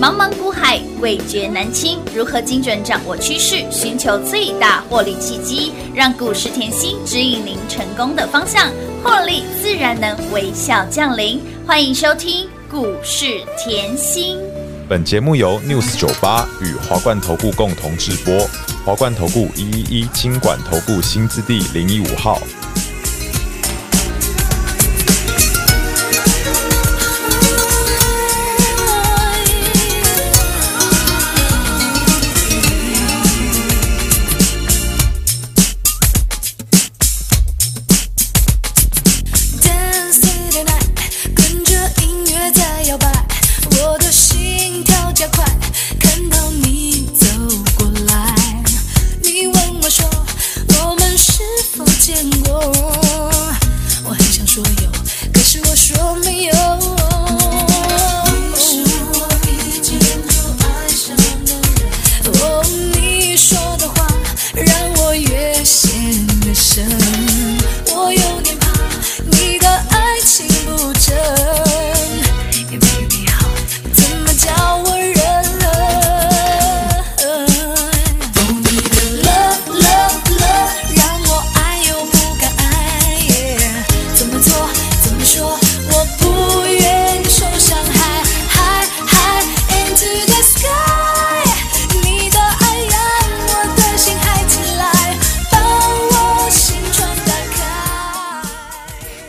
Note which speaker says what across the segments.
Speaker 1: 茫茫股海，味觉难清。如何精准掌握趋势，寻求最大获利契机，让股市甜心指引您成功的方向，获利自然能微笑降临。欢迎收听股市甜心。
Speaker 2: 本节目由 News 九八与华冠投顾共同制播，华冠投顾一一一金管投顾新字第零一五号。
Speaker 3: Dancing the night，跟着音乐在摇摆，我的心跳加快，看到你走过来，你问我说我们是否见过？我很想说有，可是我说没有。你是我一见就爱上的人，哦，你说的话让我越陷越深，我有点怕你的爱情不真。也没必要，怎么叫我忍了？懂你的 love love love，让我爱又不敢爱，yeah，怎么做怎么说，我不愿受伤害。High high into the sky，你的爱让我的心嗨起来，把我心窗打开。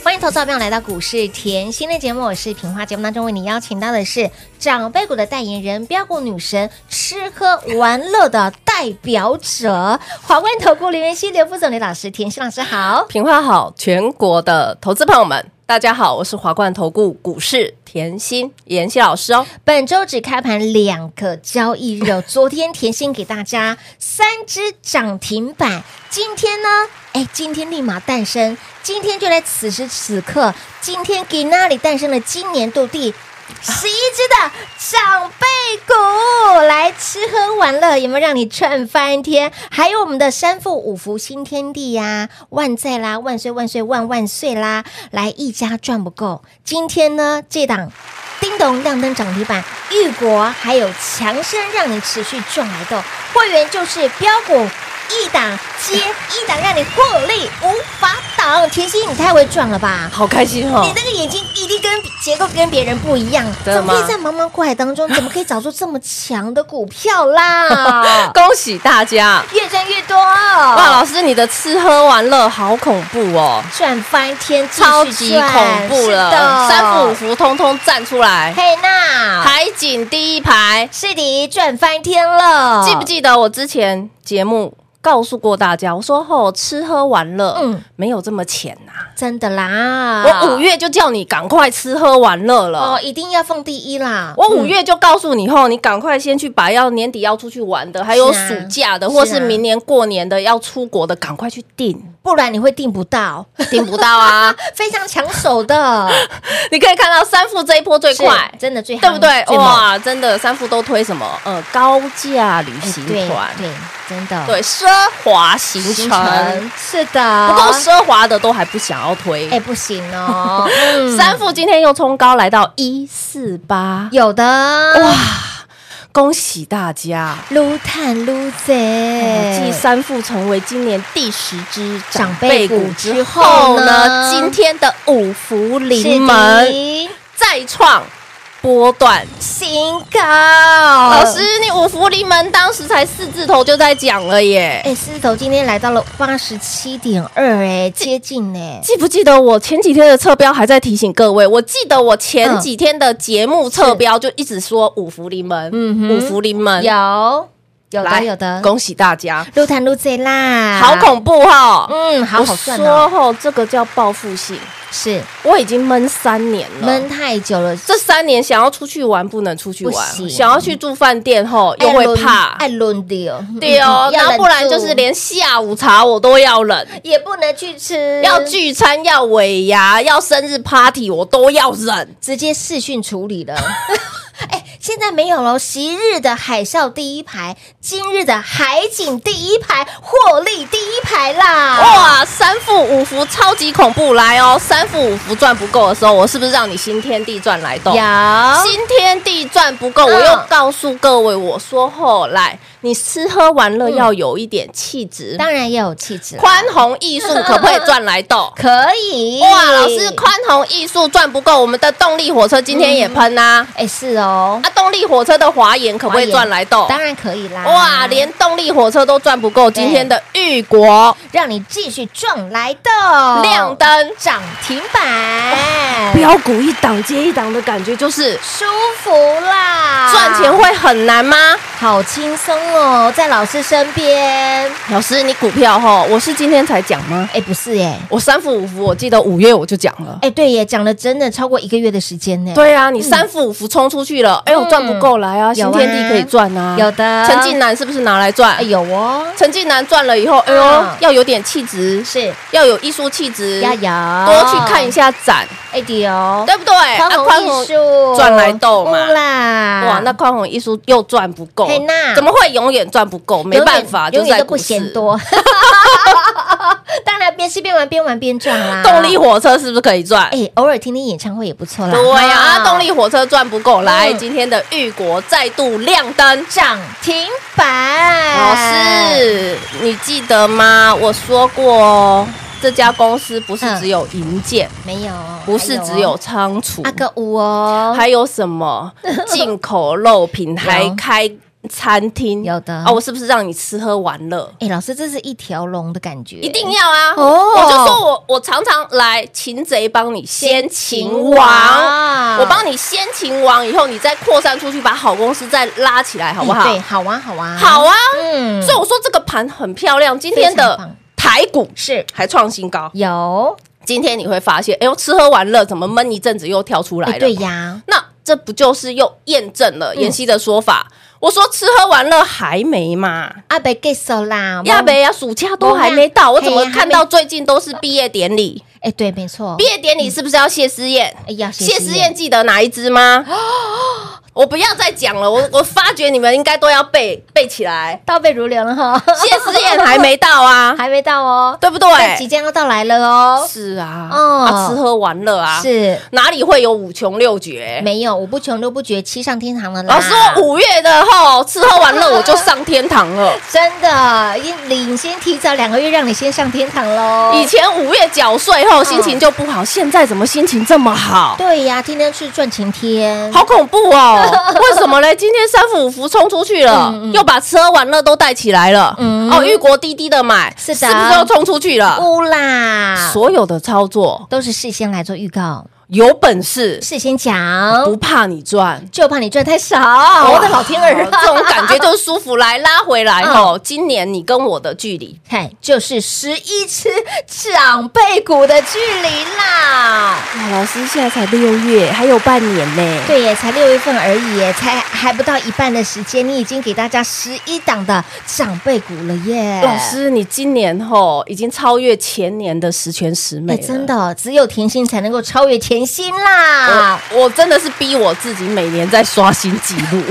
Speaker 4: 欢迎投资者朋友来到股市甜心的节目，我是平花。节目当中为你邀请到的是长辈股的代言人、标股女神、吃喝玩乐的代表者——华冠投顾刘元熙、刘副总、刘老师、甜心老师好。
Speaker 5: 平花好，全国的投资朋友们，大家好，我是华冠投顾股市甜心妍希老师哦。
Speaker 4: 本周只开盘两个交易日哦，昨天甜心给大家三只涨停板，今天呢，哎，今天立马诞生，今天就在此时此刻，今天给那里诞生了今年度第。十一只的长辈股来吃喝玩乐，有没有让你赚翻天？还有我们的三富五福新天地呀、万载啦，万岁万岁万万岁啦！来一家赚不够，今天呢这档叮咚亮灯涨停板，玉国还有强生让你持续赚来的会员就是标股。一档接一档，让你获利无法挡。甜心，你太会赚了吧！
Speaker 5: 好开心哦
Speaker 4: 你！那个眼睛一定跟结构跟别人不一样，
Speaker 5: 真
Speaker 4: 怎么
Speaker 5: 的吗
Speaker 4: 可以在茫茫股海当中，怎么可以找出这么强的股票啦？
Speaker 5: 恭喜大家！
Speaker 4: 越赚越多，
Speaker 5: 哇，老师，你的吃喝玩乐好恐怖哦，
Speaker 4: 赚翻天，继续
Speaker 5: 超级
Speaker 4: 赚
Speaker 5: 恐怖
Speaker 4: 是
Speaker 5: 了！
Speaker 4: 的
Speaker 5: 三府五福通通站出来，
Speaker 4: 嘿娜，
Speaker 5: 海景第一排，
Speaker 4: 是的，赚翻天了，
Speaker 5: 记不？记得我之前节目告诉过大家，我说吼、吃喝玩乐，
Speaker 4: 嗯
Speaker 5: 嗯，啊没有这么浅呐、
Speaker 4: 真的啦，
Speaker 5: 我五月就叫你赶快吃喝玩乐了。
Speaker 4: 哦，一定要放第一啦，
Speaker 5: 我五月就告诉你后，你赶快先去把要年底要出去玩的，还有
Speaker 4: 是啊
Speaker 5: 暑假的，
Speaker 4: 是啊
Speaker 5: 或是明年过年的要出国的，赶快去订，
Speaker 4: 不然你会订不到，
Speaker 5: 订不到啊！
Speaker 4: 非常抢手的，
Speaker 5: 你可以看到三副这一波最快
Speaker 4: 是，真的最夯
Speaker 5: 对不对？
Speaker 4: 最猛
Speaker 5: 哇，真的三副都推什么？呃，高价旅
Speaker 4: 哎
Speaker 5: 行
Speaker 4: 对
Speaker 5: 团，
Speaker 4: 对，真的
Speaker 5: 对，奢华行程，
Speaker 4: 是的，
Speaker 5: 不够奢华的都还不想要推
Speaker 4: 哎、。不行 哦，嗯
Speaker 5: 三副今天又冲高来到一四八，
Speaker 4: 有的哇，
Speaker 5: 恭喜大家！
Speaker 4: 撸探撸
Speaker 5: 哎，
Speaker 4: 贼，
Speaker 5: 继三富成为今年第十只
Speaker 4: 长
Speaker 5: 长
Speaker 4: 辈
Speaker 5: 辈
Speaker 4: 股
Speaker 5: 股
Speaker 4: 之
Speaker 5: 之
Speaker 4: 后
Speaker 5: 后
Speaker 4: 呢
Speaker 5: 呢，今天的五福临
Speaker 4: 是
Speaker 5: 门
Speaker 4: 的
Speaker 5: 再创波段。
Speaker 4: 新高，
Speaker 5: 老
Speaker 4: 老
Speaker 5: 师，你五福临门当时才四字头就在讲了耶，
Speaker 4: 哎，狮子头今天来到了八十七点二，哎，接近呢，
Speaker 5: 记不记得我前几天的测标还在提醒各位？我记得我前
Speaker 4: 嗯
Speaker 5: 几天的节目测标就一直说五福临门，
Speaker 4: 嗯哼
Speaker 5: 五福临门，
Speaker 4: 有有
Speaker 5: 来
Speaker 4: 的有的，
Speaker 5: 恭喜大家，
Speaker 4: 撸探撸贼啦，
Speaker 5: 好，恐怖哈！
Speaker 4: 嗯，好好赚
Speaker 5: 我
Speaker 4: 哦
Speaker 5: 说，吼，这个叫报复性。
Speaker 4: 是
Speaker 5: 我已经闷三年了，
Speaker 4: 闷太久了，
Speaker 5: 这三年想要出去玩不能出去
Speaker 4: 不行
Speaker 5: 玩，想要去住饭店后又
Speaker 4: 爱
Speaker 5: 会
Speaker 4: 轮
Speaker 5: 怕，
Speaker 4: 爱轮流，
Speaker 5: 对哦
Speaker 4: 嗯，要
Speaker 5: 然后不然
Speaker 4: 忍住
Speaker 5: 就是连下午茶我都要忍，
Speaker 4: 也不能去吃，
Speaker 5: 要聚餐要尾牙要生日 party 我都要忍，
Speaker 4: 直接视讯处理了。哎、现在没有喽。昔日的海啸第一排，今日的海景第一排，获利第一排啦！
Speaker 5: 哇，三副五福超级恐怖，来哦！三副五福赚不够的时候，我是不是让你新天地赚来动？
Speaker 4: 有
Speaker 5: 新天地赚不够，我
Speaker 4: 嗯
Speaker 5: 又告诉各位，我说后来你吃喝玩
Speaker 4: 嗯
Speaker 5: 乐要有一点气质，
Speaker 4: 当然也有气质啦，？
Speaker 5: 宽宏艺术可不可以赚来豆
Speaker 4: 可以
Speaker 5: 哇，老师，宽宏艺术赚不够，我们的动力火车今天也喷啊！
Speaker 4: 哎是哦，
Speaker 5: 啊，动力火车的华研可不可
Speaker 4: 华
Speaker 5: 以
Speaker 4: 研
Speaker 5: 赚来豆？
Speaker 4: 当然可以啦。
Speaker 5: 哇，连动力火车都赚不够，今天的玉国
Speaker 4: 让你继续撞来的
Speaker 5: 亮灯
Speaker 4: 涨停板，
Speaker 5: 哎标股一档接一档的感觉，就是
Speaker 4: 舒服啦，
Speaker 5: 赚钱会很难吗？
Speaker 4: 好轻松哦，在老师身边。
Speaker 5: 老师，你股票哈，我是今天才讲吗？
Speaker 4: 哎，不是耶，
Speaker 5: 我三副五福，我记得五月我就讲了。
Speaker 4: 哎，对耶，讲了真的超过一个月的时间呢。，
Speaker 5: 对啊，你三副五福冲出去了，哎
Speaker 4: 嗯
Speaker 5: 呦，赚不够来啊！新天地可以赚啊，
Speaker 4: 有的
Speaker 5: 陈近南是不是拿来赚
Speaker 4: 哎？有哦，
Speaker 5: 陈近南赚了以后，哎呦
Speaker 4: 嗯，
Speaker 5: 要有点气质，
Speaker 4: 是
Speaker 5: 要有艺术气质，
Speaker 4: 要有
Speaker 5: 嗯多去看一，下展，
Speaker 4: 哎对哦，
Speaker 5: 对不对？
Speaker 4: 宽
Speaker 5: 啊宽
Speaker 4: 宏艺术
Speaker 5: 赚来豆嘛
Speaker 4: 呼啦，
Speaker 5: 哇，那宽宏艺术又赚不够
Speaker 4: 嘿呐，
Speaker 5: 怎么会永远赚不够？没办法，
Speaker 4: 永
Speaker 5: 就
Speaker 4: 远永远
Speaker 5: 在
Speaker 4: 都不
Speaker 5: 股市
Speaker 4: 嫌。 多。当然，边吃边玩，边玩边赚啦。
Speaker 5: 动力火车是不是可以赚？
Speaker 4: 哎，偶尔听听演唱会也不错啦。
Speaker 5: 对呀、
Speaker 4: 哈
Speaker 5: 啊，动力火车赚不够，来、
Speaker 4: 嗯
Speaker 5: 今天的玉国再度亮灯。
Speaker 4: 涨停板，
Speaker 5: 老师，你记得吗？我说过哦，这家公司不是
Speaker 4: 嗯
Speaker 5: 只有银建，
Speaker 4: 没有，啊哦
Speaker 5: 不是只有仓储，
Speaker 4: 阿哥五哦，
Speaker 5: 还有 什么进口肉品，还开餐厅，
Speaker 4: 有的
Speaker 5: 啊！我是不是让你吃喝玩乐？
Speaker 4: 哎，老师，这是一条龙的感觉，
Speaker 5: 一定要啊！
Speaker 4: 哦
Speaker 5: 我就说我我常常来擒贼帮你先擒王。
Speaker 4: 哇
Speaker 5: 我帮你先擒王，以后你再扩散出去，把好公司再拉起来，好不好？
Speaker 4: 对，好啊，好啊，
Speaker 5: 好，啊！
Speaker 4: 嗯，
Speaker 5: 所以我说这个盘很漂亮，今天
Speaker 4: 非常棒
Speaker 5: 的台股
Speaker 4: 是
Speaker 5: 还创新高。
Speaker 4: 有，
Speaker 5: 今天你会发现，哎呦，吃喝玩乐怎么闷一阵子又跳出来
Speaker 4: 哎，
Speaker 5: 了？
Speaker 4: 对呀，
Speaker 5: 那这不就是又验证了
Speaker 4: 嗯
Speaker 5: 妍希的说法？我说吃喝玩乐还没嘛，
Speaker 4: 阿北 get 手啦，
Speaker 5: 亚北呀，暑假都还没到，
Speaker 4: 没啊
Speaker 5: 我怎么
Speaker 4: 嗯嘿呀
Speaker 5: 看到最近都是毕业典礼？
Speaker 4: 哎，对，没错
Speaker 5: 毕，业典
Speaker 4: 嗯
Speaker 5: 礼是不是要谢师宴？
Speaker 4: 哎呀，
Speaker 5: 谢师宴记得哪一 支吗？我不要再讲了，我我发觉你们应该都要背背起来。
Speaker 4: 倒背如流了哈，
Speaker 5: 谢师宴还没到 啊，
Speaker 4: 还没到哦，
Speaker 5: 对不对？
Speaker 4: 但即将要到来了哦，
Speaker 5: 是啊，
Speaker 4: 哦
Speaker 5: 啊，吃喝玩乐啊，
Speaker 4: 是
Speaker 5: 哪里会有五穷六绝？
Speaker 4: 没有，五不穷六不绝，七上天堂了啦。
Speaker 5: 老师，我五月的吼吃喝玩乐我就上天堂了。
Speaker 4: 真的，一领先提早两个月让你先上天堂喽。
Speaker 5: 以前五月缴税后心情就不好，现在怎么心情这么好？
Speaker 4: 对呀，天天去赚晴天，
Speaker 5: 好恐怖 哦！为什么嘞？今天三伏五伏冲出去了，又把吃喝玩乐都带起来了。
Speaker 4: 嗯
Speaker 5: 哦，玉国滴滴的买，
Speaker 4: 是的
Speaker 5: 是不是又冲出去了？
Speaker 4: 乌啦，
Speaker 5: 所有的操作
Speaker 4: 都是事先来做预告，
Speaker 5: 有本事
Speaker 4: 事先讲，
Speaker 5: 不怕你赚。
Speaker 4: 就怕你赚太少。
Speaker 5: 哇
Speaker 4: 我的老天儿啊，
Speaker 5: 这种感觉就是舒服，来拉回来哦。今年你跟我的距离
Speaker 4: 看就是十一只长辈股的距离啦。
Speaker 5: 哇，老师现在才六月，还有半年呢。
Speaker 4: 对耶，才六月份而已耶，才还不到一半的时间，你已经给大家十一档的长辈股了耶，
Speaker 5: 老。师，你今年吼已经超越前年的十全十美
Speaker 4: 哎，
Speaker 5: 了，
Speaker 4: 真。的，只有甜心才能够超越甜心啦，
Speaker 5: 我我真的是逼我自己每年在刷新纪 录。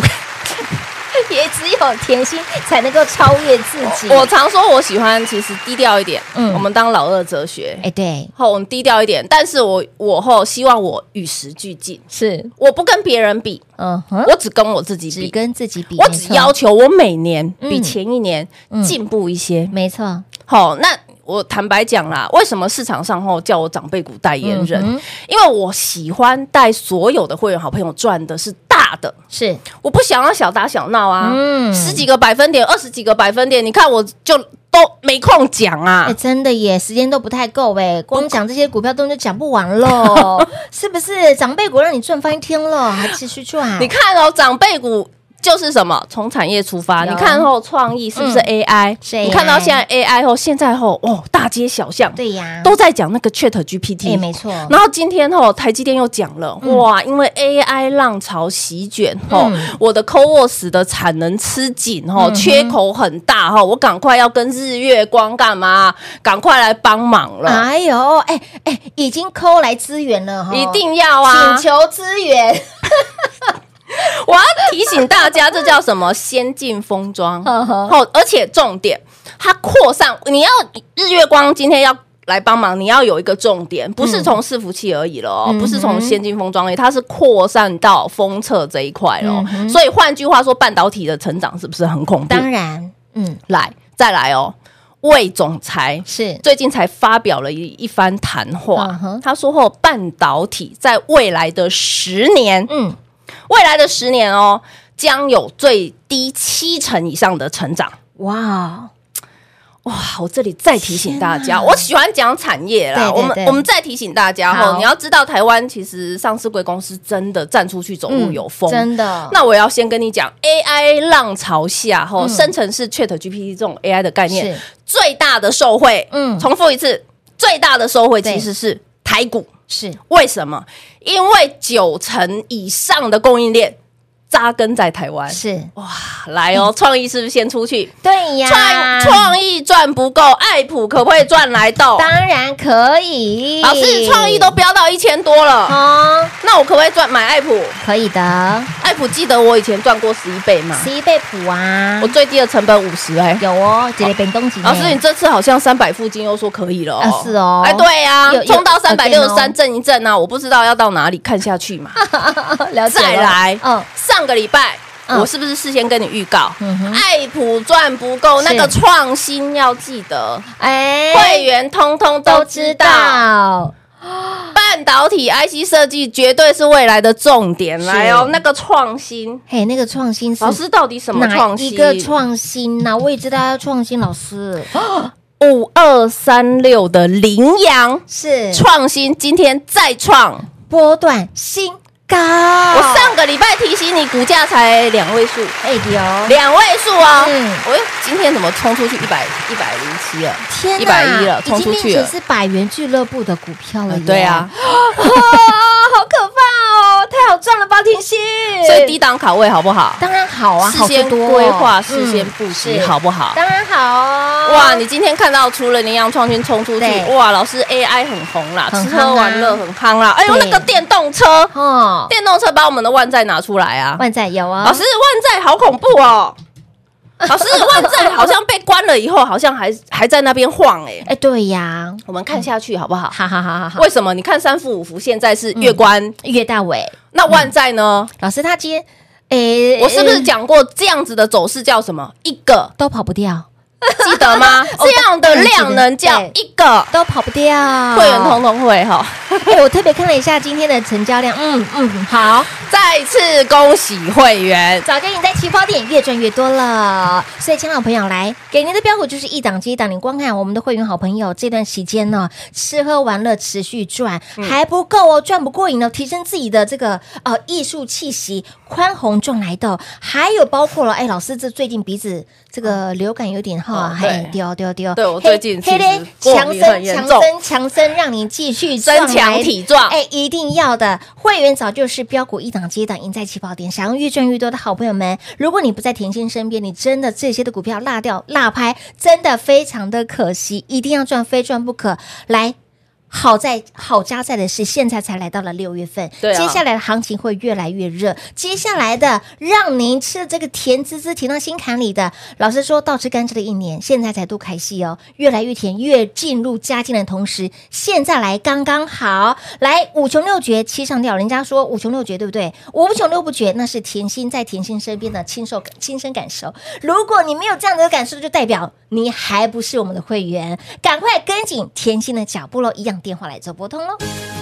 Speaker 4: 也只有甜心才能够超越自己。
Speaker 5: 我常说我喜欢其实低调一点，
Speaker 4: 嗯
Speaker 5: 我们当老二哲学，
Speaker 4: 哎，对，
Speaker 5: 后我们低调一点，但是我我后希望我与时俱进，
Speaker 4: 是，
Speaker 5: 我不跟别人比，
Speaker 4: 嗯哼，
Speaker 5: 我只跟我自己
Speaker 4: 只
Speaker 5: 比。
Speaker 4: 跟自己比，
Speaker 5: 我
Speaker 4: 没
Speaker 5: 只
Speaker 4: 错
Speaker 5: 要求我每年比
Speaker 4: 嗯
Speaker 5: 前一年进步一些，
Speaker 4: 没错，
Speaker 5: 好，那我坦白讲啦，为什么市场上吼叫我长辈股代言人？
Speaker 4: 嗯哼
Speaker 5: 因为我喜欢带所有的会员好朋友赚的是大的，
Speaker 4: 是
Speaker 5: 我不想要小打小闹啊，
Speaker 4: 嗯
Speaker 5: 十几个百分点、二十几个百分点，你看我就都没空讲啊。
Speaker 4: 哎、 真的耶，时间都不太够哎，光讲这些股票都就讲不完 喽，是不是？长辈股让你赚翻天了，还持续赚，
Speaker 5: 你看哦，长辈股。就是什么从产业出发，
Speaker 4: 有
Speaker 5: 你看后创意是不是
Speaker 4: 嗯
Speaker 5: AI？、
Speaker 4: 是 AI
Speaker 5: 你看到现在 AI 后，现在后哦，大街小巷
Speaker 4: 对呀，
Speaker 5: 都在讲那个 Chat GPT，、
Speaker 4: 哎、没错，
Speaker 5: 然后今天吼、台积电又讲了，哇，因为 AI 浪潮席卷吼、
Speaker 4: 嗯
Speaker 5: 我的 CoWoS 的产能吃紧吼、缺口很大吼、我赶快要跟日月光干嘛？赶快来帮忙了，
Speaker 4: 哎呦，哎、哎、已经抠来资源了哈，
Speaker 5: 一定要啊
Speaker 4: 请！求资源，
Speaker 5: 我要提醒大家，这叫什么先进封装？
Speaker 4: 呵呵
Speaker 5: 好，而且重点，它扩散，你要日月光今天要。来帮忙，你要有一个重点，不
Speaker 4: 嗯
Speaker 5: 是从伺服器而已了哦，不是从先进封装而已，它是扩散到封测这一块了哦。所以换句话说，半导体的成长是不是很恐怖？
Speaker 4: 嗯当然，嗯，
Speaker 5: 来，再来哦，魏总裁
Speaker 4: 是
Speaker 5: 最近才发表了一一番谈话
Speaker 4: 嗯哼
Speaker 5: 他说后半导体在未来的十年，
Speaker 4: 嗯，
Speaker 5: 未来的十年哦，将有最低七成以上的成长。
Speaker 4: 哇，
Speaker 5: 哇！我这里再提醒大家，我喜欢讲产业啦。
Speaker 4: 对对
Speaker 5: 我们
Speaker 4: 对
Speaker 5: 我们再提醒大家哦
Speaker 4: 好，
Speaker 5: 你要知道台湾其实上市贵公司真的站出去走路哦有风，
Speaker 4: 嗯真的，
Speaker 5: 那我要先跟你讲，AI 浪潮下，吼、生成式 Chat GPT 这种 AI 的概念
Speaker 4: 嗯是，
Speaker 5: 最大的受惠，
Speaker 4: 嗯
Speaker 5: 嗯，重复一次，最大的受惠
Speaker 4: 对
Speaker 5: 其实是台股。
Speaker 4: 是
Speaker 5: 为什么？因为九成以上的供应链扎根在台湾。
Speaker 4: 是，
Speaker 5: 来哦，创意是不是先出去？
Speaker 4: 对嗯呀
Speaker 5: 创，创意赚不够，爱普可不可以赚来到？
Speaker 4: 当然可以，
Speaker 5: 老师，创意都飙到一千多了，
Speaker 4: 哦，
Speaker 5: 那我可不可以赚买爱普？
Speaker 4: 可以的，
Speaker 5: 爱普记得我以前赚过十一倍吗？
Speaker 4: 十一倍谱啊
Speaker 5: 我，最低的成本五十哎。
Speaker 4: 有哦，这里变东西呢，
Speaker 5: 老师，你这次好像三百附近又说可以了、哦
Speaker 4: 啊是哦
Speaker 5: 哎，对呀、
Speaker 4: 有有
Speaker 5: 冲到三百六
Speaker 4: again
Speaker 5: 十
Speaker 4: 哦
Speaker 5: 三震一震啊，我不知道要到哪里看下去嘛。
Speaker 4: 了解了
Speaker 5: 再来，
Speaker 4: 嗯，
Speaker 5: 上个礼拜、
Speaker 4: 嗯
Speaker 5: 我是不是事先跟你预告，
Speaker 4: 嗯哼
Speaker 5: 爱普赚不够，
Speaker 4: 是
Speaker 5: 那个创新要记得，
Speaker 4: 哎，
Speaker 5: 会员通通都知道，
Speaker 4: 道，
Speaker 5: 半导体 IC 设计绝对是未来的重点，来哦
Speaker 4: 是，
Speaker 5: 那个创新，
Speaker 4: 嘿，那个创新是
Speaker 5: 老师到底什么
Speaker 4: 哪
Speaker 5: 创
Speaker 4: 一
Speaker 5: 新？
Speaker 4: 个创新呢？我也知道要创新，老师
Speaker 5: 五二三六的羚羊。哦
Speaker 4: 是
Speaker 5: 创新，今天再创。
Speaker 4: 波段新高，
Speaker 5: 我
Speaker 4: 我
Speaker 5: 上个礼拜提醒你，股价才两位数，
Speaker 4: 哎呦，
Speaker 5: 两位数哦。
Speaker 4: 嗯
Speaker 5: 我今天怎么冲出去一百一百零七了？
Speaker 4: 天
Speaker 5: 一百一了，
Speaker 4: 已
Speaker 5: 冲
Speaker 4: 经
Speaker 5: 出
Speaker 4: 变
Speaker 5: 去
Speaker 4: 成
Speaker 5: 了。
Speaker 4: 是百元俱乐部的股票了、
Speaker 5: 嗯对啊，，
Speaker 4: 好可怕哦，太好赚了吧，甜心。
Speaker 5: 所以低档卡位好不好？
Speaker 4: 当然好啊，
Speaker 5: 事先
Speaker 4: 好得多哦
Speaker 5: 规划，事先
Speaker 4: 嗯
Speaker 5: 布局
Speaker 4: 是
Speaker 5: 好不好？
Speaker 4: 当然好哦。
Speaker 5: 哇，你今天看到除了羚羊创新冲出去
Speaker 4: 对，
Speaker 5: 哇，老师 AI 很红啦，
Speaker 4: 很
Speaker 5: 吃
Speaker 4: 夯啊
Speaker 5: 喝玩乐很夯啦。哎呦，
Speaker 4: 对
Speaker 5: 那个电动车，
Speaker 4: 哦，
Speaker 5: 电动车把我们的万载拿出来啊！
Speaker 4: 万载有啊，
Speaker 5: 老师，万载好恐怖哦！老师，万载好像被关了以后，好像还还在那边晃哎、
Speaker 4: 哎，对呀，
Speaker 5: 我们看下去好不好？
Speaker 4: 哈哈哈哈哈。
Speaker 5: 为什么？你看三伏五伏现在是月关，
Speaker 4: 岳大伟
Speaker 5: 那万载呢？
Speaker 4: 老师他今天，哎，
Speaker 5: 我是不是讲过这样子的走势叫什么？一个
Speaker 4: 都跑不掉，
Speaker 5: 记 得吗？这样的量能叫
Speaker 4: 哦对
Speaker 5: 一个，
Speaker 4: 都跑不掉？
Speaker 5: 会员通通会哈。
Speaker 4: 哎，我特别看了一下今天的成交量，嗯嗯，好，
Speaker 5: 再次恭喜会员，
Speaker 4: 早就赢在起跑点，越赚越多了。所以，亲爱的朋友，来给您的标股就是一档接一档。你光看我们的会员好朋友这段时间呢，吃喝玩乐持续赚、还不够哦，赚不过瘾呢，提升自己的这个呃艺术气息，宽宏赚来的。还有包括了，哎，老师这最近鼻子这个流感有点哈，
Speaker 5: 哦对
Speaker 4: 还丢丢丢。
Speaker 5: 对我
Speaker 4: 嘿
Speaker 5: 最近
Speaker 4: 嘿
Speaker 5: 其
Speaker 4: 嘞
Speaker 5: 实过
Speaker 4: 强
Speaker 5: 敏
Speaker 4: 身
Speaker 5: 很严
Speaker 4: 强
Speaker 5: 重
Speaker 4: 身强身，让你继续
Speaker 5: 增
Speaker 4: 赚来
Speaker 5: 强体壮
Speaker 4: 哎，一定要的！会员早就是标股一档接一档，赢在起跑点。想要越赚越多的好朋友们，如果你不在甜心身边，你真的这些的股票落掉、落拍，真的非常的可惜。一定要赚，非赚不可。来。好在好加在的是，现在才来到了六月份，
Speaker 5: 对啊
Speaker 4: 接下来的行情会越来越热。接下来的让您吃的这个甜滋滋甜到心坎里的，老实说，倒吃甘蔗的一年，现在才都开戏哦，越来越甜，越进入佳境的同时，现在来刚刚好，来五穷六绝七上吊。人家说五穷六绝对不对？五不穷六不绝，那是甜心在甜心身边的亲手亲身感受。如果你没有这样的感受，就代表你还不是我们的会员，赶快跟紧甜心的脚步喽！一样电话来做拨通喽。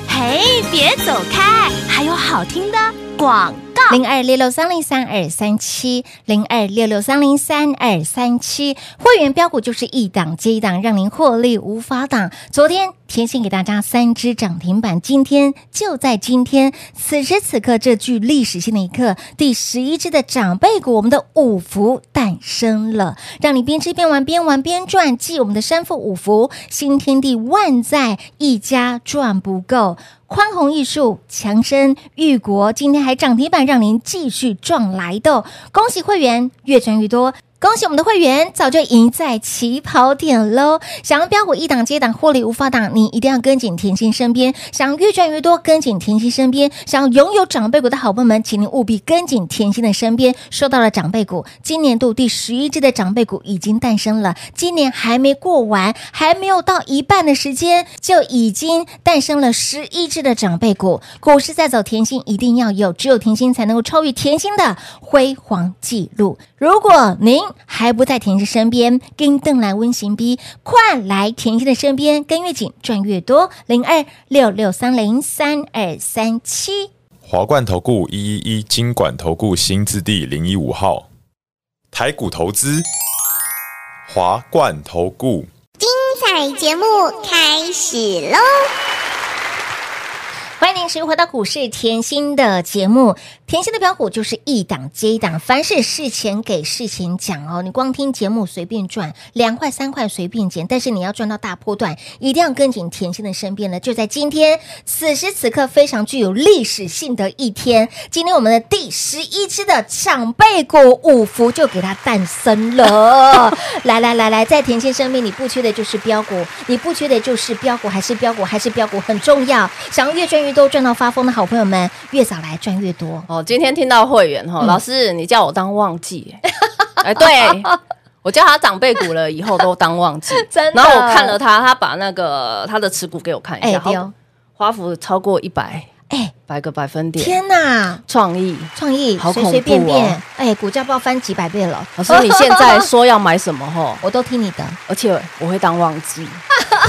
Speaker 1: 嘿，别走开，还有好听的广告。
Speaker 4: 零二六六三零三二三七，零二六六三零三二三七，会员标股就是一档接一档，让您获利无法挡。昨天甜心给大家三只涨停板，今天就在今天，此时此刻这具历史性的一刻，第十一只的长辈股，我们的五福诞生了，让你边吃边玩，边玩边赚，继我们的山富五福、新天地万载一家赚不够。宽宏艺术、强身裕国，今天还涨停板，让您继续赚来的哦。恭喜会员越赚越多，恭喜我们的会员早就赢在起跑点喽！想要标股一档接档获利无法挡，你一定要跟紧甜心身边。想要越赚越多，跟紧甜心身边。想要拥有长辈股的好朋友们，请您务必跟紧甜心的身边。说到了长辈股，今年度第十一只的长辈股已经诞生了，今年还没过完，还没有到一半的时间，就已经诞生了十一只的长辈股。股市在走，甜心一定要有，只有甜心才能够超越甜心的辉煌记录。如果您还不在甜心身边，跟邓来温行逼，快来甜心的身边，跟越紧赚越多。零二六六三零三二三七。
Speaker 2: 华冠投顾一一一金管投顾新字第零一五号，台股投资，华冠投顾。
Speaker 6: 彩节目开始喽！
Speaker 4: 欢迎您持续回到股市甜心的节目。甜心的标股就是一档接一档，凡是事前给事前讲哦。你光听节目随便赚两块三块随便捡，但是你要赚到大波段，一定要跟紧甜心的身边了。就在今天，此时此刻非常具有历史性的一天，今天我们的第十一只的长辈股五福就给它诞生 了。来来来来，在甜心身边，你不缺的就是标股，你不缺的就是标股，还是标股，还是标股，很重要。想要越赚越多，赚到发疯的好朋友们，越早来赚越多。
Speaker 5: 哦，今天听到会员
Speaker 4: 嗯
Speaker 5: 哈，老师你叫我当 忘记，哎，对。我叫他长辈股了，以后都当忘记。
Speaker 4: 真的
Speaker 5: 然后我看了他，他把那个他的持股给我看一
Speaker 4: 哎
Speaker 5: 下，
Speaker 4: 对哦
Speaker 5: 好华府超过一百
Speaker 4: 哎，
Speaker 5: 百个百分点，
Speaker 4: 天哪！
Speaker 5: 创意。
Speaker 4: 创意
Speaker 5: 好
Speaker 4: 随
Speaker 5: 恐
Speaker 4: 随便
Speaker 5: 怖哦
Speaker 4: 便，哎，股价爆翻几百倍了。
Speaker 5: 老师，你现在说要买什么吼？
Speaker 4: 我都听你的。
Speaker 5: 而且我会当忘记。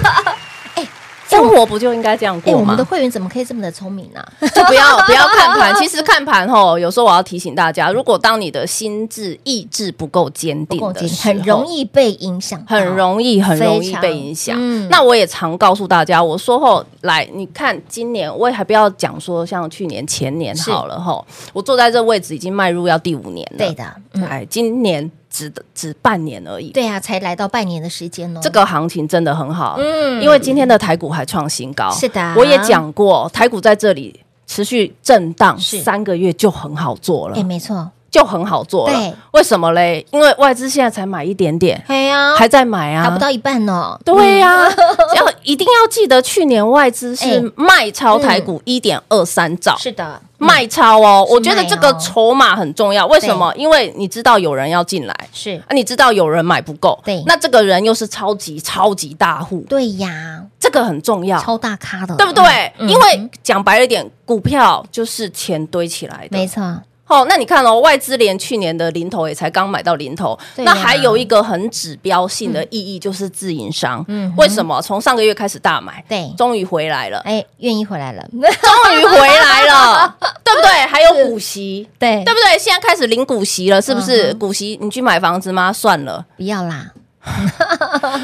Speaker 4: 哎
Speaker 5: 生活不就应该这样
Speaker 4: 哎，
Speaker 5: 过
Speaker 4: 我
Speaker 5: 吗
Speaker 4: 们的？会员怎么可以这么的聪明呢？
Speaker 5: 就不要不要看盘。其实看盘吼，有时候我要提醒大家，如果当你的心智意志不够坚
Speaker 4: 不
Speaker 5: 定
Speaker 4: 够
Speaker 5: 的
Speaker 4: 精，
Speaker 5: 时候，
Speaker 4: 很容。易被影响，
Speaker 5: 很容易，很容
Speaker 4: 非
Speaker 5: 易
Speaker 4: 常
Speaker 5: 被影响。
Speaker 4: 嗯
Speaker 5: 那我也常告诉大家，我说后来，你看今年，我也还不要讲说像去年、前年
Speaker 4: 是
Speaker 5: 好了吼，我坐在这位置已经迈入要第五年了。
Speaker 4: 对，的。嗯，
Speaker 5: 哎，今年只只半年而已。
Speaker 4: 对啊，才来到半年的时间哦。
Speaker 5: 这个行情真的很好，
Speaker 4: 嗯
Speaker 5: 嗯，因为今天的台股还创新高，
Speaker 4: 是的
Speaker 5: 我也讲过，台股在这里持续震荡
Speaker 4: 是
Speaker 5: 三个月就很好做了
Speaker 4: 哎，，没错，
Speaker 5: 就很好做
Speaker 4: 对
Speaker 5: 了。为什么嘞？因为外资现在才买一点点，
Speaker 4: 哎呀
Speaker 5: 还在买
Speaker 4: 还不
Speaker 5: 啊。
Speaker 4: 到一半哦呢。
Speaker 5: 对呀、 要一定要记得，去年外资
Speaker 4: 哎嗯
Speaker 5: 是卖超台股一点二三兆，
Speaker 4: 是的，
Speaker 5: 哦
Speaker 4: 嗯
Speaker 5: 卖超哦。
Speaker 4: 是
Speaker 5: 我觉得
Speaker 4: 卖
Speaker 5: 这个
Speaker 4: 哦
Speaker 5: 筹码很重要，为什么？因为你知道有人要进来，
Speaker 4: 是
Speaker 5: 啊，你知道有人买不够，
Speaker 4: 对
Speaker 5: 那这个人又是超级超级大户，
Speaker 4: 对呀，
Speaker 5: 这个很重要，
Speaker 4: 超大咖的，
Speaker 5: 哦对不对？
Speaker 4: 嗯
Speaker 5: 因为讲白了一点，股票就是钱堆起来
Speaker 4: 没
Speaker 5: 的。
Speaker 4: 错，
Speaker 5: 好、那你看哦，外资连去年的零头也才刚买到零头，
Speaker 4: 对呀
Speaker 5: 那还有一个很指标性的意义就是自营商，
Speaker 4: 嗯
Speaker 5: 为什么？从上个月开始大买，
Speaker 4: 对
Speaker 5: 终于回来了，
Speaker 4: 哎，愿意回来 了，
Speaker 5: 终于回来 了，对不对？还有股息。
Speaker 4: 对
Speaker 5: 对不对？现在开始领股息了，是不是？
Speaker 4: 嗯哼
Speaker 5: 股息你去买房子吗？算了，
Speaker 4: 不要啦，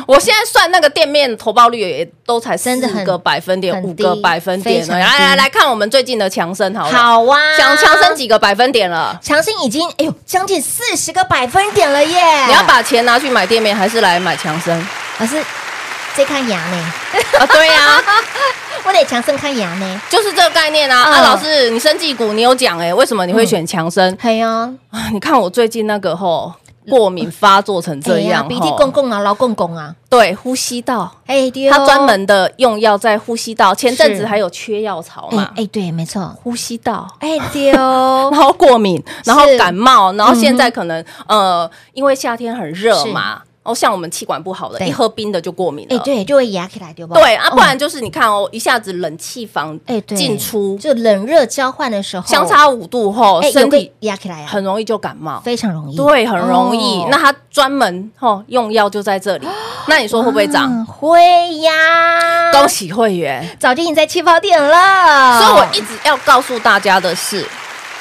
Speaker 5: 我现在算那个店面投报率也都才
Speaker 4: 真
Speaker 5: 四
Speaker 4: 的很
Speaker 5: 个百分点、
Speaker 4: 很
Speaker 5: 五
Speaker 4: 低
Speaker 5: 个百分点
Speaker 4: 非
Speaker 5: 而
Speaker 4: 常
Speaker 5: 已。
Speaker 4: 低
Speaker 5: 来来来看我们最近的强生好了，
Speaker 4: 啊
Speaker 5: 强强生几个百分点了？
Speaker 4: 强生已经哎呦将近四十个百分点了耶！
Speaker 5: 你要把钱拿去买店面，还是来买强 生？
Speaker 4: 老师在看牙呢，
Speaker 5: 啊，对呀、啊，
Speaker 4: 我得强生看牙呢。
Speaker 5: 就是这个概念啊。啊，
Speaker 4: 嗯
Speaker 5: 老师，你生技股你有讲哎、为什么你会选强生？
Speaker 4: 哎呀，
Speaker 5: 啊 你看我最近那个吼，过敏发作成这
Speaker 4: 哎呀
Speaker 5: 样，
Speaker 4: 鼻涕
Speaker 5: 吼
Speaker 4: 公公啊，老公公啊，
Speaker 5: 对呼吸道。
Speaker 4: 哎对哦，
Speaker 5: 它专门的用药在呼吸道，前阵
Speaker 4: 是
Speaker 5: 子还有缺药潮
Speaker 4: 哎
Speaker 5: 嘛，
Speaker 4: 哎对，没错，
Speaker 5: 呼吸道。
Speaker 4: 哎对哦
Speaker 5: 然，后过敏，然后感冒，然后
Speaker 4: 嗯哼
Speaker 5: 现在可能、呃，因为夏天很热
Speaker 4: 是
Speaker 5: 嘛，哦，像我们气管不好的，
Speaker 4: 对
Speaker 5: 一喝冰的就过敏了。
Speaker 4: 哎对，就会牙起来对吧？
Speaker 5: 对啊，不然
Speaker 4: 嗯
Speaker 5: 就是你看哦，一下子冷气房
Speaker 4: 哎对
Speaker 5: 进出、
Speaker 4: 就冷热交换的时候
Speaker 5: 相差五度后，
Speaker 4: 哎
Speaker 5: 身
Speaker 4: 有个
Speaker 5: 体
Speaker 4: 压起来啊，
Speaker 5: 很容易就感冒。
Speaker 4: 非常容易，
Speaker 5: 对，啊很容易。
Speaker 4: 哦
Speaker 5: 那它专门哦用药就在这里，那你说会不会涨？
Speaker 4: 嗯会呀，
Speaker 5: 恭喜会员！
Speaker 4: 早就已经在起跑点了，
Speaker 5: 所以我一直要告诉大家的是，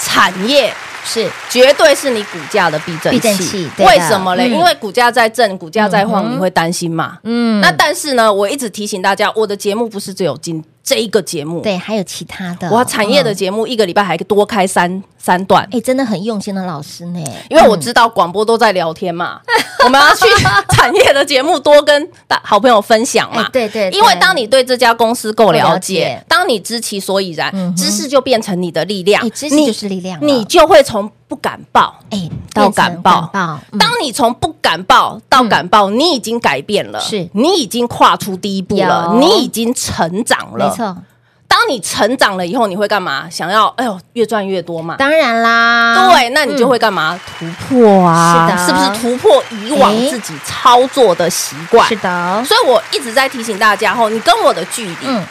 Speaker 5: 产业
Speaker 4: 是
Speaker 5: 绝对是你股价的避震
Speaker 4: 避
Speaker 5: 器。
Speaker 4: 震器对的
Speaker 5: 为什么嘞？
Speaker 4: 嗯
Speaker 5: 因为股价在震，股价在
Speaker 4: 嗯
Speaker 5: 晃，
Speaker 4: 哼
Speaker 5: 你会担心嘛？
Speaker 4: 嗯
Speaker 5: 那但是呢，我一直提醒大家，我的节目不是只有今这一个节目，
Speaker 4: 对，还有其他的，
Speaker 5: 我产业的
Speaker 4: 嗯
Speaker 5: 节目一个礼拜还多开三三段。
Speaker 4: 哎，真嗯的很用心的老师呢，
Speaker 5: 因为我知道广播都在聊天嘛，我们要去 产业的节目多跟大好朋友分享嘛
Speaker 4: 哎。对对对
Speaker 5: 因为当你对这家公司够
Speaker 4: 够
Speaker 5: 了
Speaker 4: 了
Speaker 5: 解
Speaker 4: 解，
Speaker 5: 当你知其所以然
Speaker 4: 嗯哼，
Speaker 5: 知识就变成你的力量
Speaker 4: 哎，知，识
Speaker 5: 你
Speaker 4: 就是力量了，
Speaker 5: 你就会从不敢报
Speaker 4: 哎
Speaker 5: 到
Speaker 4: 变成
Speaker 5: 敢报。
Speaker 4: 报，嗯
Speaker 5: 当你从不敢报到敢报，你已经改变了，
Speaker 4: 是
Speaker 5: 你已经跨出第一步了，
Speaker 4: 有
Speaker 5: 你已经成长了。
Speaker 4: 没，错，
Speaker 5: 当你成长了以后，你会干嘛？想要哎呦，越赚越多嘛。
Speaker 4: 当然啦，
Speaker 5: 对，那你就会干嘛？突破啊，
Speaker 4: 是的
Speaker 5: 是不是突破以往
Speaker 4: 哎
Speaker 5: 自己操作的习惯？
Speaker 4: 是的，
Speaker 5: 所以我一直在提醒大家吼，你跟我的距离，
Speaker 4: 嗯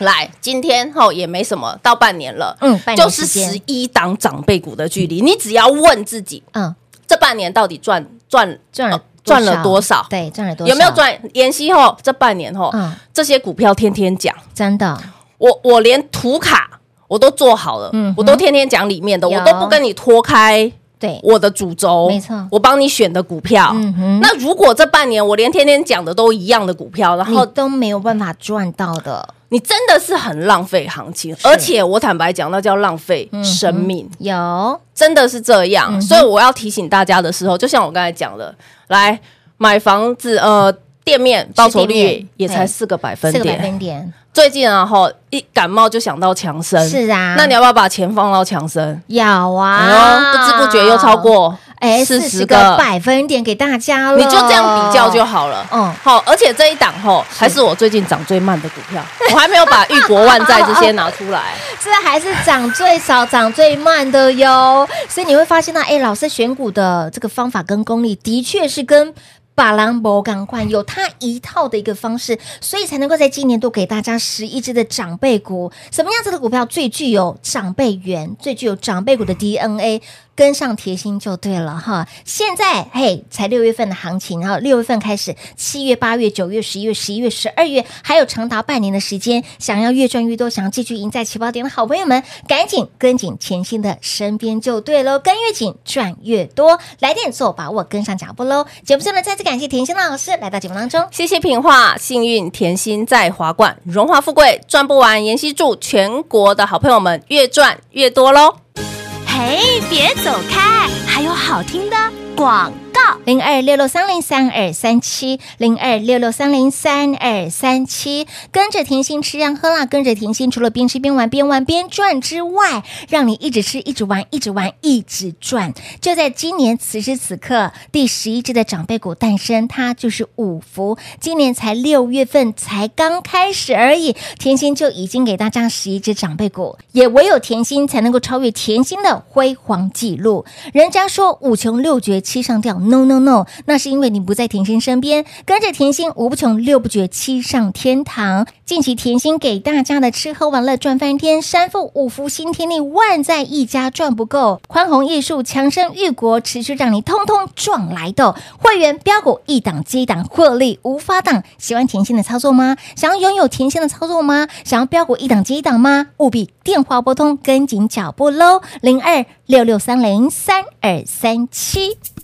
Speaker 5: 来，今天吼也没什么，到半年了，
Speaker 4: 嗯半年
Speaker 5: 就是
Speaker 4: 时间
Speaker 5: 十一档长辈股的距离，你只要问自己，
Speaker 4: 嗯，
Speaker 5: 这半年到底赚赚
Speaker 4: 赚了
Speaker 5: 呃赚了多少？
Speaker 4: 对，赚了多少？
Speaker 5: 有没有？赚？妍希后这半年后
Speaker 4: 嗯，
Speaker 5: 这些股票天天讲，
Speaker 4: 真的，
Speaker 5: 我我连图卡我都做好了
Speaker 4: 嗯哼，
Speaker 5: 我都天天讲里面的，
Speaker 4: 有
Speaker 5: 我都不跟你脱开。
Speaker 4: 对，
Speaker 5: 我的主轴，
Speaker 4: 没错
Speaker 5: 我帮你选的股票。
Speaker 4: 嗯哼
Speaker 5: 那如果这半年我连天天讲的都一样的股票，然
Speaker 4: 你
Speaker 5: 后
Speaker 4: 都没有办法赚到的，
Speaker 5: 你真的是很浪费行情，而且我坦白讲，那叫浪费生
Speaker 4: 嗯
Speaker 5: 命，
Speaker 4: 有
Speaker 5: 真的是这
Speaker 4: 嗯
Speaker 5: 样。所以我要提醒大家的时候，就像我刚才讲的，来买房子，呃，店面报酬
Speaker 4: 店面
Speaker 5: 率也才
Speaker 4: 嘿
Speaker 5: 四个百分
Speaker 4: 四个百
Speaker 5: 点。
Speaker 4: 分点，
Speaker 5: 最近啊，吼一感冒就想到强生，
Speaker 4: 是啊
Speaker 5: 嗯那你要不要把钱放到强生？
Speaker 4: 有啊，
Speaker 5: 啊，不知不觉又超过
Speaker 4: 哎四
Speaker 5: 40
Speaker 4: 十个百分点给大家了，
Speaker 5: 你就这样比较就。好了。
Speaker 4: 嗯
Speaker 5: 嗯，好，而且这一档吼还是我最近涨最慢的股 票，我还没有把玉国万债这些拿出来。
Speaker 4: 这还是涨最少、涨最慢的哟。所以你会发现到，哎，老师选股的这个方法跟功力，的确是跟。把郎博赶快有他一套的一个方式，所以才能够在今年度给大家十一只的长辈股。什么样子的股票最具有长辈缘，最具有长辈股的 DNA？跟上甜心就对了哈。现在嘿，才六月份的行情，然后六月份开始，七月、八月、九月、十一月、十一月、十二月，还有长达半年的时间，想要越赚越多，想要继续赢在起跑点的好朋友们，赶紧跟紧甜心的身边就对喽，跟越紧赚越多，来电做把握，跟上脚步喽。节目最后呢，再次感谢甜心老师来到节目当中。
Speaker 5: 谢谢品画，幸运甜心在华冠，荣华富贵赚不完。妍希祝全国的好朋友们越赚越多喽！
Speaker 1: 嘿，别走开，还有好听的广告。
Speaker 4: 零二六六三零三二三七，零二六六三零三二三七，跟着甜心吃让喝辣，跟着甜心除了边吃边玩边玩边赚之外，让你一直吃一直玩一直玩一直赚。就在今年此时此刻，第十一只的长辈股诞生，它就是五福。今年才六月份，才刚开始而已，甜心就已经给大家十一只长辈股，也唯有甜心才能够超越甜心的辉煌纪录。人家说五穷六绝七上吊，no no no，那是因为你不在甜心身边，跟着甜心五不穷六不绝七上天堂。近期甜心给大家的吃喝玩乐赚翻天，三富五福新天地万载一家赚不够，宽宏艺术强身育国，持续让你通通赚来的。会员标股一档接一档，获利无法挡。喜欢甜心的操作吗？想要拥有甜心的操作吗？想要标股一档接一档吗？务必电话拨通，跟紧脚步喽，零二六六三零三二三七。